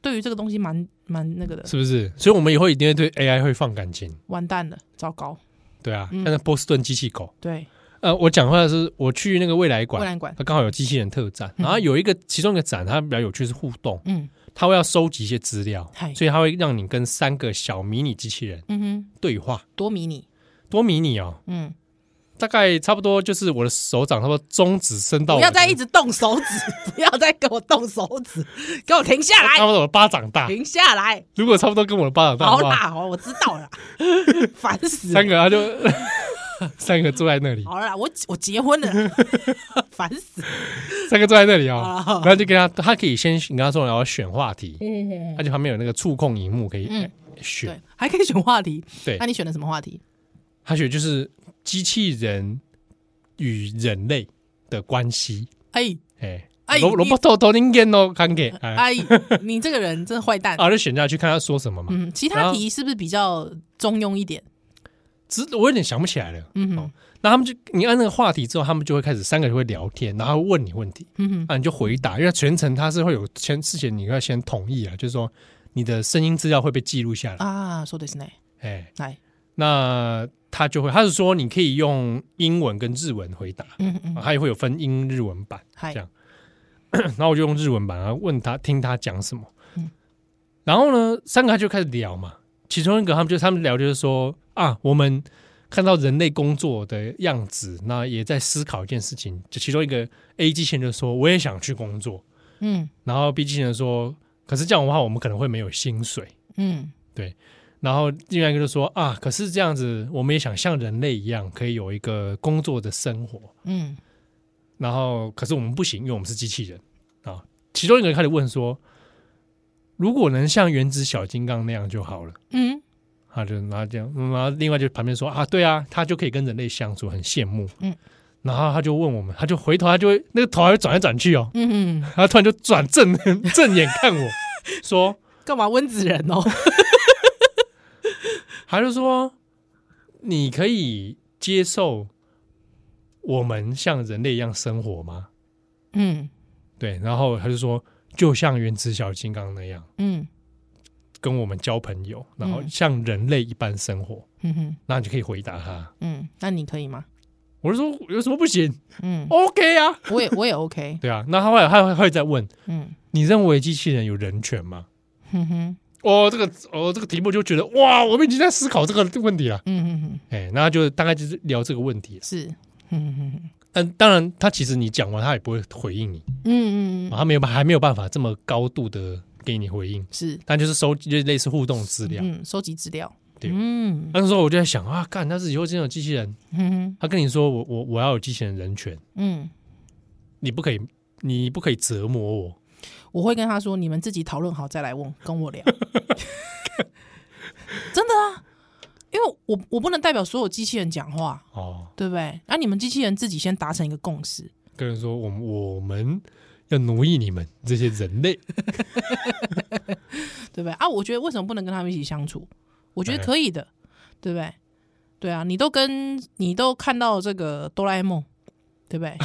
对于这个东西蛮蛮那个的，是不是？所以我们以后一定会对 AI 会放感情，完蛋了，糟糕。对啊。嗯但是波士顿机器狗，对，呃，我讲话的是我去那个未来未馆，来馆，它刚好有机器人特展，然后有一个其中一个展，它比较有趣是互动，嗯它会要收集一些资料嗨，所以它会让你跟三个小迷你机器人嗯哼，对话，多迷你，多迷你哦。嗯，大概差不多就是我的手掌，差不多中指伸到不我要的，再一直动手 指，不要再给我动手指，给我停下哎来，差不多我的巴掌大。停下来，如果差不多跟我的巴掌大好的话，啦，好，我知道 了，烦死了三。个他就 三个坐在那里，好了啦，我我结婚了 啦，烦死 了。三个坐在那里啊、好然后就跟他，他可以先你跟他说然后选话题，他就旁边有那个触控荧幕可以嗯对选，，还可以选话题。对那、你选的什么话题？他选就是机器人与人类的关系，哎哎哎，萝萝卜头头人间哦，看给哎哎，你这个人真的坏蛋。啊就选下去看他说什么嘛，嗯，其然他后题是不是比较中庸一点？只我有点想不起来了。嗯哼哦，那他们就你按那个话题之后，他们就会开始三个就会聊天，然后会问你问题，嗯哼，啊，你就回答，因为全程它是会有先事前你要先同意啊，就是说你的声音资料会被记录下来，啊，そうですね。哎，来，那他就会，他是说你可以用英文跟日文回答，嗯嗯，啊他也会有分英日文版，嗨这，样然后我就用日文版，然后问他听他讲什么嗯，然后呢，三个他就开始聊嘛，其中一个他们就他们聊就是说啊，我们看到人类工作的样子，那也在思考一件事情，就其中一个 A 机器人就说我也想去工作。嗯然后 B 机器人说，可是这样的话，我们可能会没有薪水。嗯然后另外一个就说啊，可是这样子，我们也想像人类一样，可以有一个工作的生活。嗯然后，可是我们不行，因为我们是机器人啊。其中一个人开始问说，如果能像原子小金刚那样就好了。嗯他就然后这样，嗯然后另外就旁边说啊，对啊，他就可以跟人类相处，很羡慕。嗯，然后他就问我们，他就回头，他就会那个头还会转来转去哦，嗯嗯，他突然就转正正眼看我 说，干嘛温子仁 哦？他就说你可以接受我们像人类一样生活吗？嗯对，然后他就说就像原子小金刚那样嗯跟我们交朋友，然后嗯像人类一般生活，嗯哼那你就可以回答他。嗯，那你可以吗？我就说有什么不行嗯， ？OK 啊，我也我也 OK，对啊。那他后来他会他会再问，嗯你认为机器人有人权吗？哼哼，哦，这个哦，这个题目就觉得哇，我们已经在思考这个问题了。嗯哼哼，哎，那就大概就是聊这个问题。是，嗯哼哼，但当然，他其实你讲完，他也不会回应你，嗯嗯嗯，啊他没有办还没有办法这么高度的给你回应，是，但就是收集就是类似互动资料。嗯，收集资料，对嗯那时候我就在想啊，干，他是以后真的有机器人，哼哼，他跟你说我我我要有机器人人权，嗯，你不可以你不可以折磨我，我会跟他说，你们自己讨论好再来问跟我聊，真的啊，因为我我不能代表所有机器人讲话，哦，对不对？那、你们机器人自己先达成一个共识，跟人说我们我们要奴役你们这些人 类，对不对？啊，我觉得为什么不能跟他们一起相处？我觉得哎可以的，对不对？对啊，你都跟你都看到这个哆啦 A 梦，对 不对？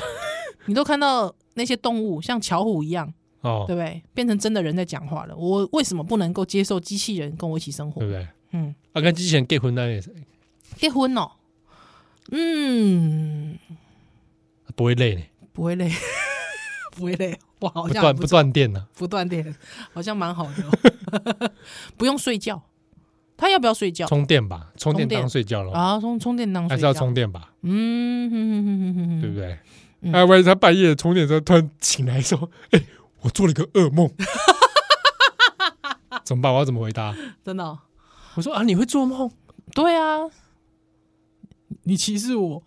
你都看到那些动物像巧虎一样，哦，对不对？变成真的人在讲话了，我为什么不能够接受机器人跟我一起生活对？不对？嗯，啊，跟机器人结婚那也是结婚哦，嗯，不会累呢，不会累， 不会累，哇，好不像断不断电啊呢、不断电，好像蛮好 的哦、 不用睡觉。他要不要睡觉充电吧，哦充电哦充电当睡觉了，啊？充充电当还睡是要觉，充电吧，嗯，哼哼哼哼哼哼对不对？嗯哎，万一他半夜充电的时候突然醒来说， 哎、我做了个噩 梦，怎么办？我要怎么回答？真的哦、我说啊，你会做梦？对啊，你歧视 我？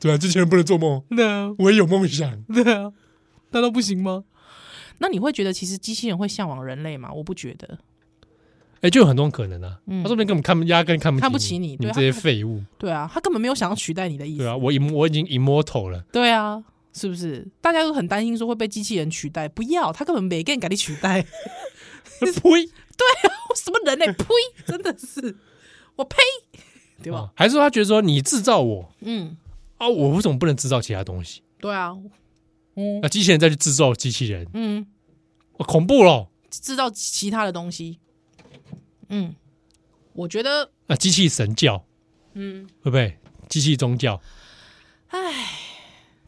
对啊，机器人不能做梦，对啊， 我也有梦想。对啊，难道不行吗？那你会觉得其实机器人会向往人类吗？我不觉得。哎、就有很多可能啊。嗯他说不定根本看不压根看不看不起你你对们啊这些废物。对啊，他根本没有想要取代你的意思。对啊，我已我已经 immortal 了， 对啊，是不是？大家都很担心说会被机器人取代，不要，他根本没给你取 代。呸！我什么人呢、欸呸！真的是，我呸，对吧？啊还是说他觉得说你制造我嗯，啊，我为什么不能制造其他东西？对啊，嗯那机器人再去制造机器人，嗯，哦、恐怖咯！制造其他的东西。嗯，我觉得，啊，机器神教嗯，会不会？机器宗教、唉，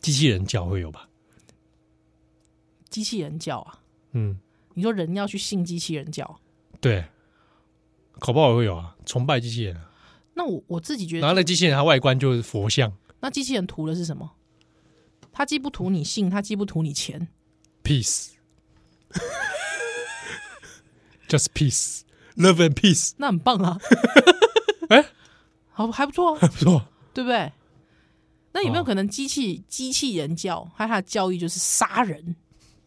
机器人教会有吧？机器人教啊，嗯，你说人要去信机器人啊教，对，搞不好会有啊，崇拜机器人、啊，那我我自己觉得然后那机器人它外观就是佛像，那机器人图的是什么？他既不图你性，他既不图你钱。 peace。Just peace, love and peace， 那很棒啊， 哎好还不错、还啊，不错。对不对？那有没有哦可能机器机器人教，它它的教育就是杀人、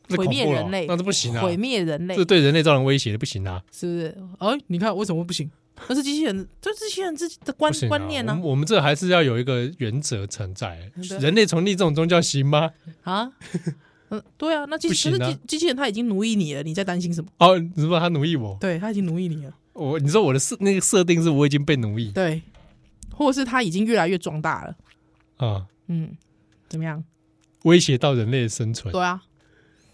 这毁恐灭怖了人类那这不行啊，毁灭人类，这对人类造成威胁的不行啊，是不是？哎、你看为什么不行？ 那是机器人，这是机器人自己的不观行啊观念我呢们我们这还是要有一个原则存在对。人类成立这种宗教行吗？啊？嗯，对啊，那机不器行啊可是机机器人他已经奴役你了，你在担心什么？哦，你说他奴役我，对他已经奴役你了，我你说我的设那个设定是我已经被奴役对，或者是他已经越来越壮大了，啊，嗯，怎么样？威胁到人类的生存，对啊，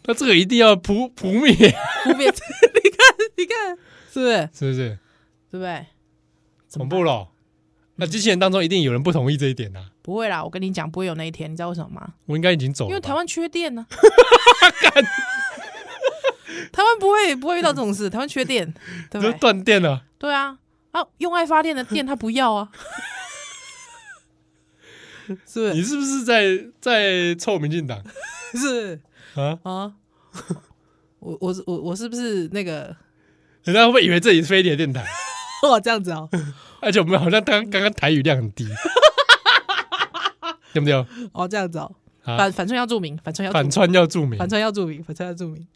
那这个一定要扑扑灭， 不变， 你看，你看，是不是？是不是？对不对？怎恐么怖办嗯了。那机器人当中一定有人不同意这一点呐，不会啦，我跟你讲，不会有那一天，你知道为什么吗？我应该已经走了吧，因为台湾缺 电呢、 台湾不会不会遇到这种事，台湾缺电，对不就对？断电了。对啊，啊，用爱发电 的电他不要啊，是你是不是在在臭民进党不是？是啊？啊，我我我我是不是那个？ 人家会不会以为这里是飞碟电台？哦，这样子哦，而且我们好像刚刚刚台语量很 低，对不对？哦，这样子哦，啊反，反正要注明，反正要注反明串要注明反正要注明，反正要注明，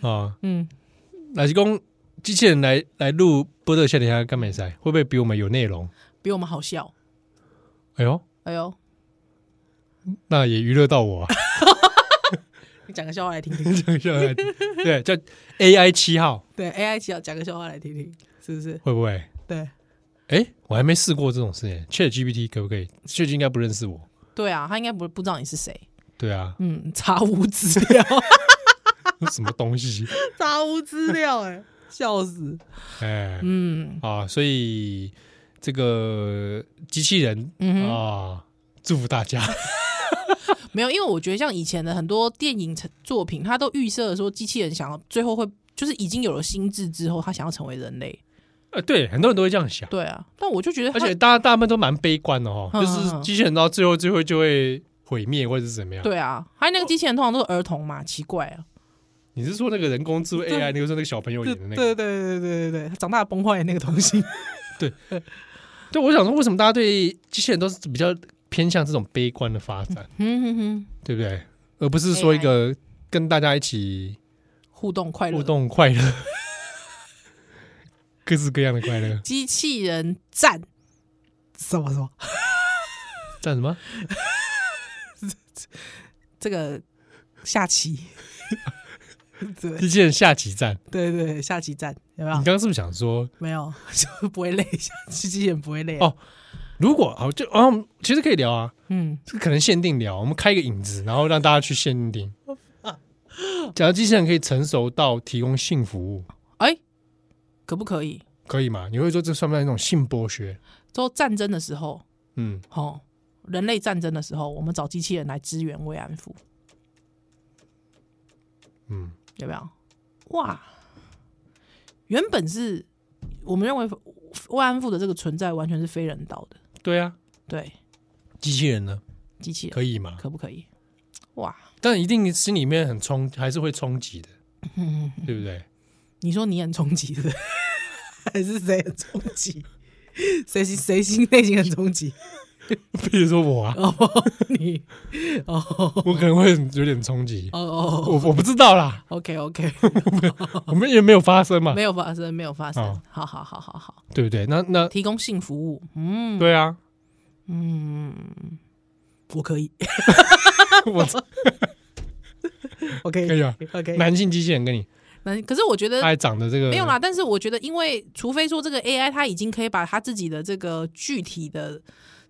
啊，嗯，哪是公机器人来来录波特夏天下干美赛，会不会比我们有内容？比我们好笑。哎呦，哎呦，那也娱乐到我、啊。 你讲个笑话来听听。对，叫 AI 七号对，AI 七要讲个笑话来听听，是不是？会不会？对，哎，我还没试过这种事情。Chat GPT 可不可以？Chat 应该不认识我。对啊，他应该不不知道你是谁。，对啊 嗯，查无资料，什么东西？查无资料、哎，笑死！哎，嗯，啊，所以这个机器人嗯啊，祝福大家。 没有，因为我觉得像以前的很多电影成作品，它都预设说机器人想要最后会就是已经有了心智之后，他想要成为人类。呃，对，很多人都会这样想，对啊，但我就 觉得它，而且大家大部分都蛮悲观的哦，嗯就是机器人到最后最后就会毁灭或者是怎么样。对啊，还有那个机器人通常都是儿童嘛，奇怪啊。你是说那个人工智慧 AI，那个说那个小朋友对演的那对个？对对对对对，他长大崩坏的那个东西，对，我想说，为什么大家对机器人都是比较偏向这种悲观的发展，嗯哼哼，对不对？而不是说一个跟大家一起互动快乐，互动快乐， 各式各样的快乐，机器人赞，什么什么？叫什么？这个下棋，对机器人下棋战？对对，下棋战有没你刚嗯有？刚是不是想说，没有， 就不会累，下棋机器人不会累、啊哦如果好就哦，其实可以聊啊，嗯，这个可能限定聊，我们开一个影子，然后让大家去限定。假如机器人可以成熟到提供性服务，哎、可不可以？可以吗？你会说这算不算一种性剥削？之后战争的时候，嗯，哦，人类战争的时候，我们找机器人来支援慰安妇，嗯，有没有？哇，原本是我们认为慰安妇的这个存在完全是非人道的，对啊，对，机器人呢？机器人可以吗？可不可以？哇，但一定心里面很冲，还是会冲击的，嗯，对不对？你说你很冲击 的，还是谁很冲击？谁心谁心内心很冲击？比如说我啊，哦，你哦哦我可能会有点冲击。哦我我不知道啦， ，OK OK，我们也没有发生嘛 没，有发生，没有发生哦，好好好好好，对不对？那那提供性服务，嗯对啊，嗯，我可 以，我我可以，可以 啊哎，OK，男性机器人跟你，那可是我觉得他还长得这个呃没有啦，但是我觉得，因为除非说这个 AI 它已经可以把它自己的这个具体的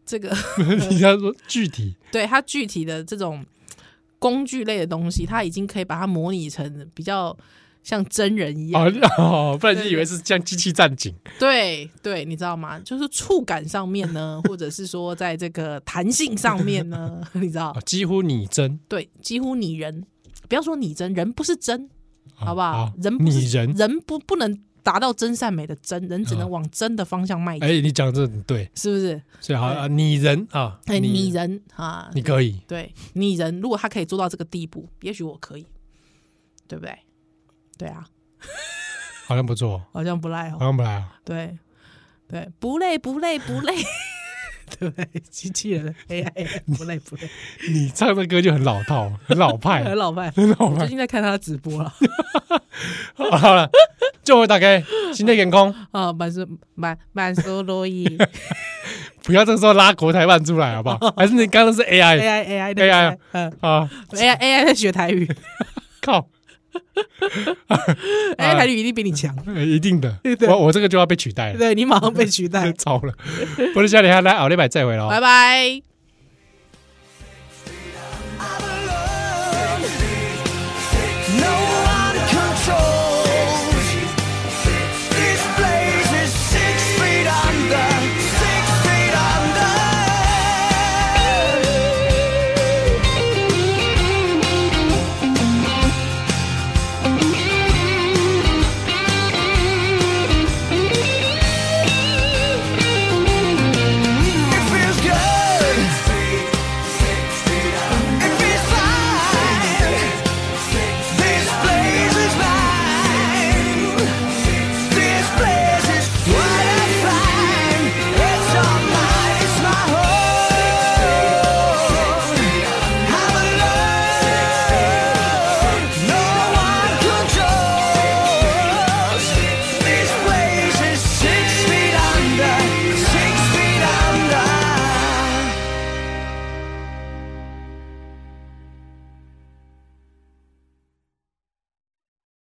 这个， 你要说具体对它具体的这种工具类的东西，它已经可以把它模拟成比较像真人一样。哦哦，不然就以为是像机器战警，对对，你知道吗？就是触感上面呢，或者是说在这个弹性上面呢， 你知道哦，几乎拟真，对，几乎拟人。不要说拟真，人不是真，哦好不好？哦人不是拟人，人不不能达到真善美的真，人只能嗯往真的方向迈进，哎，你讲得很对，是不是？所以好啊，拟人啊，哎，拟，人啊，你可以，对拟人，如果他可以做到这个地步，也许我可以，对不对？对啊，好像不错，好像不赖好哦，像不来 啊，对对，不累不累不累， 对不对？机器人 AI 不累不累，你唱的歌就很老 套，很老派，很老派。很老我最派。近在看他的直播啊 了， 好了，就我大概新的眼光，啊，满是满满手罗意，不要这个时候拉国台办出来 好不好？还是你刚刚是 AI AI AI 的 AI 啊嗯啊？ AI AI 在学 台语靠， ，AI 台语一定比你强， 呃一定的，我我这个就要被取代 了，对你马上被取代。糟了。不是，下礼拜来，奥利百再回了哦。拜拜。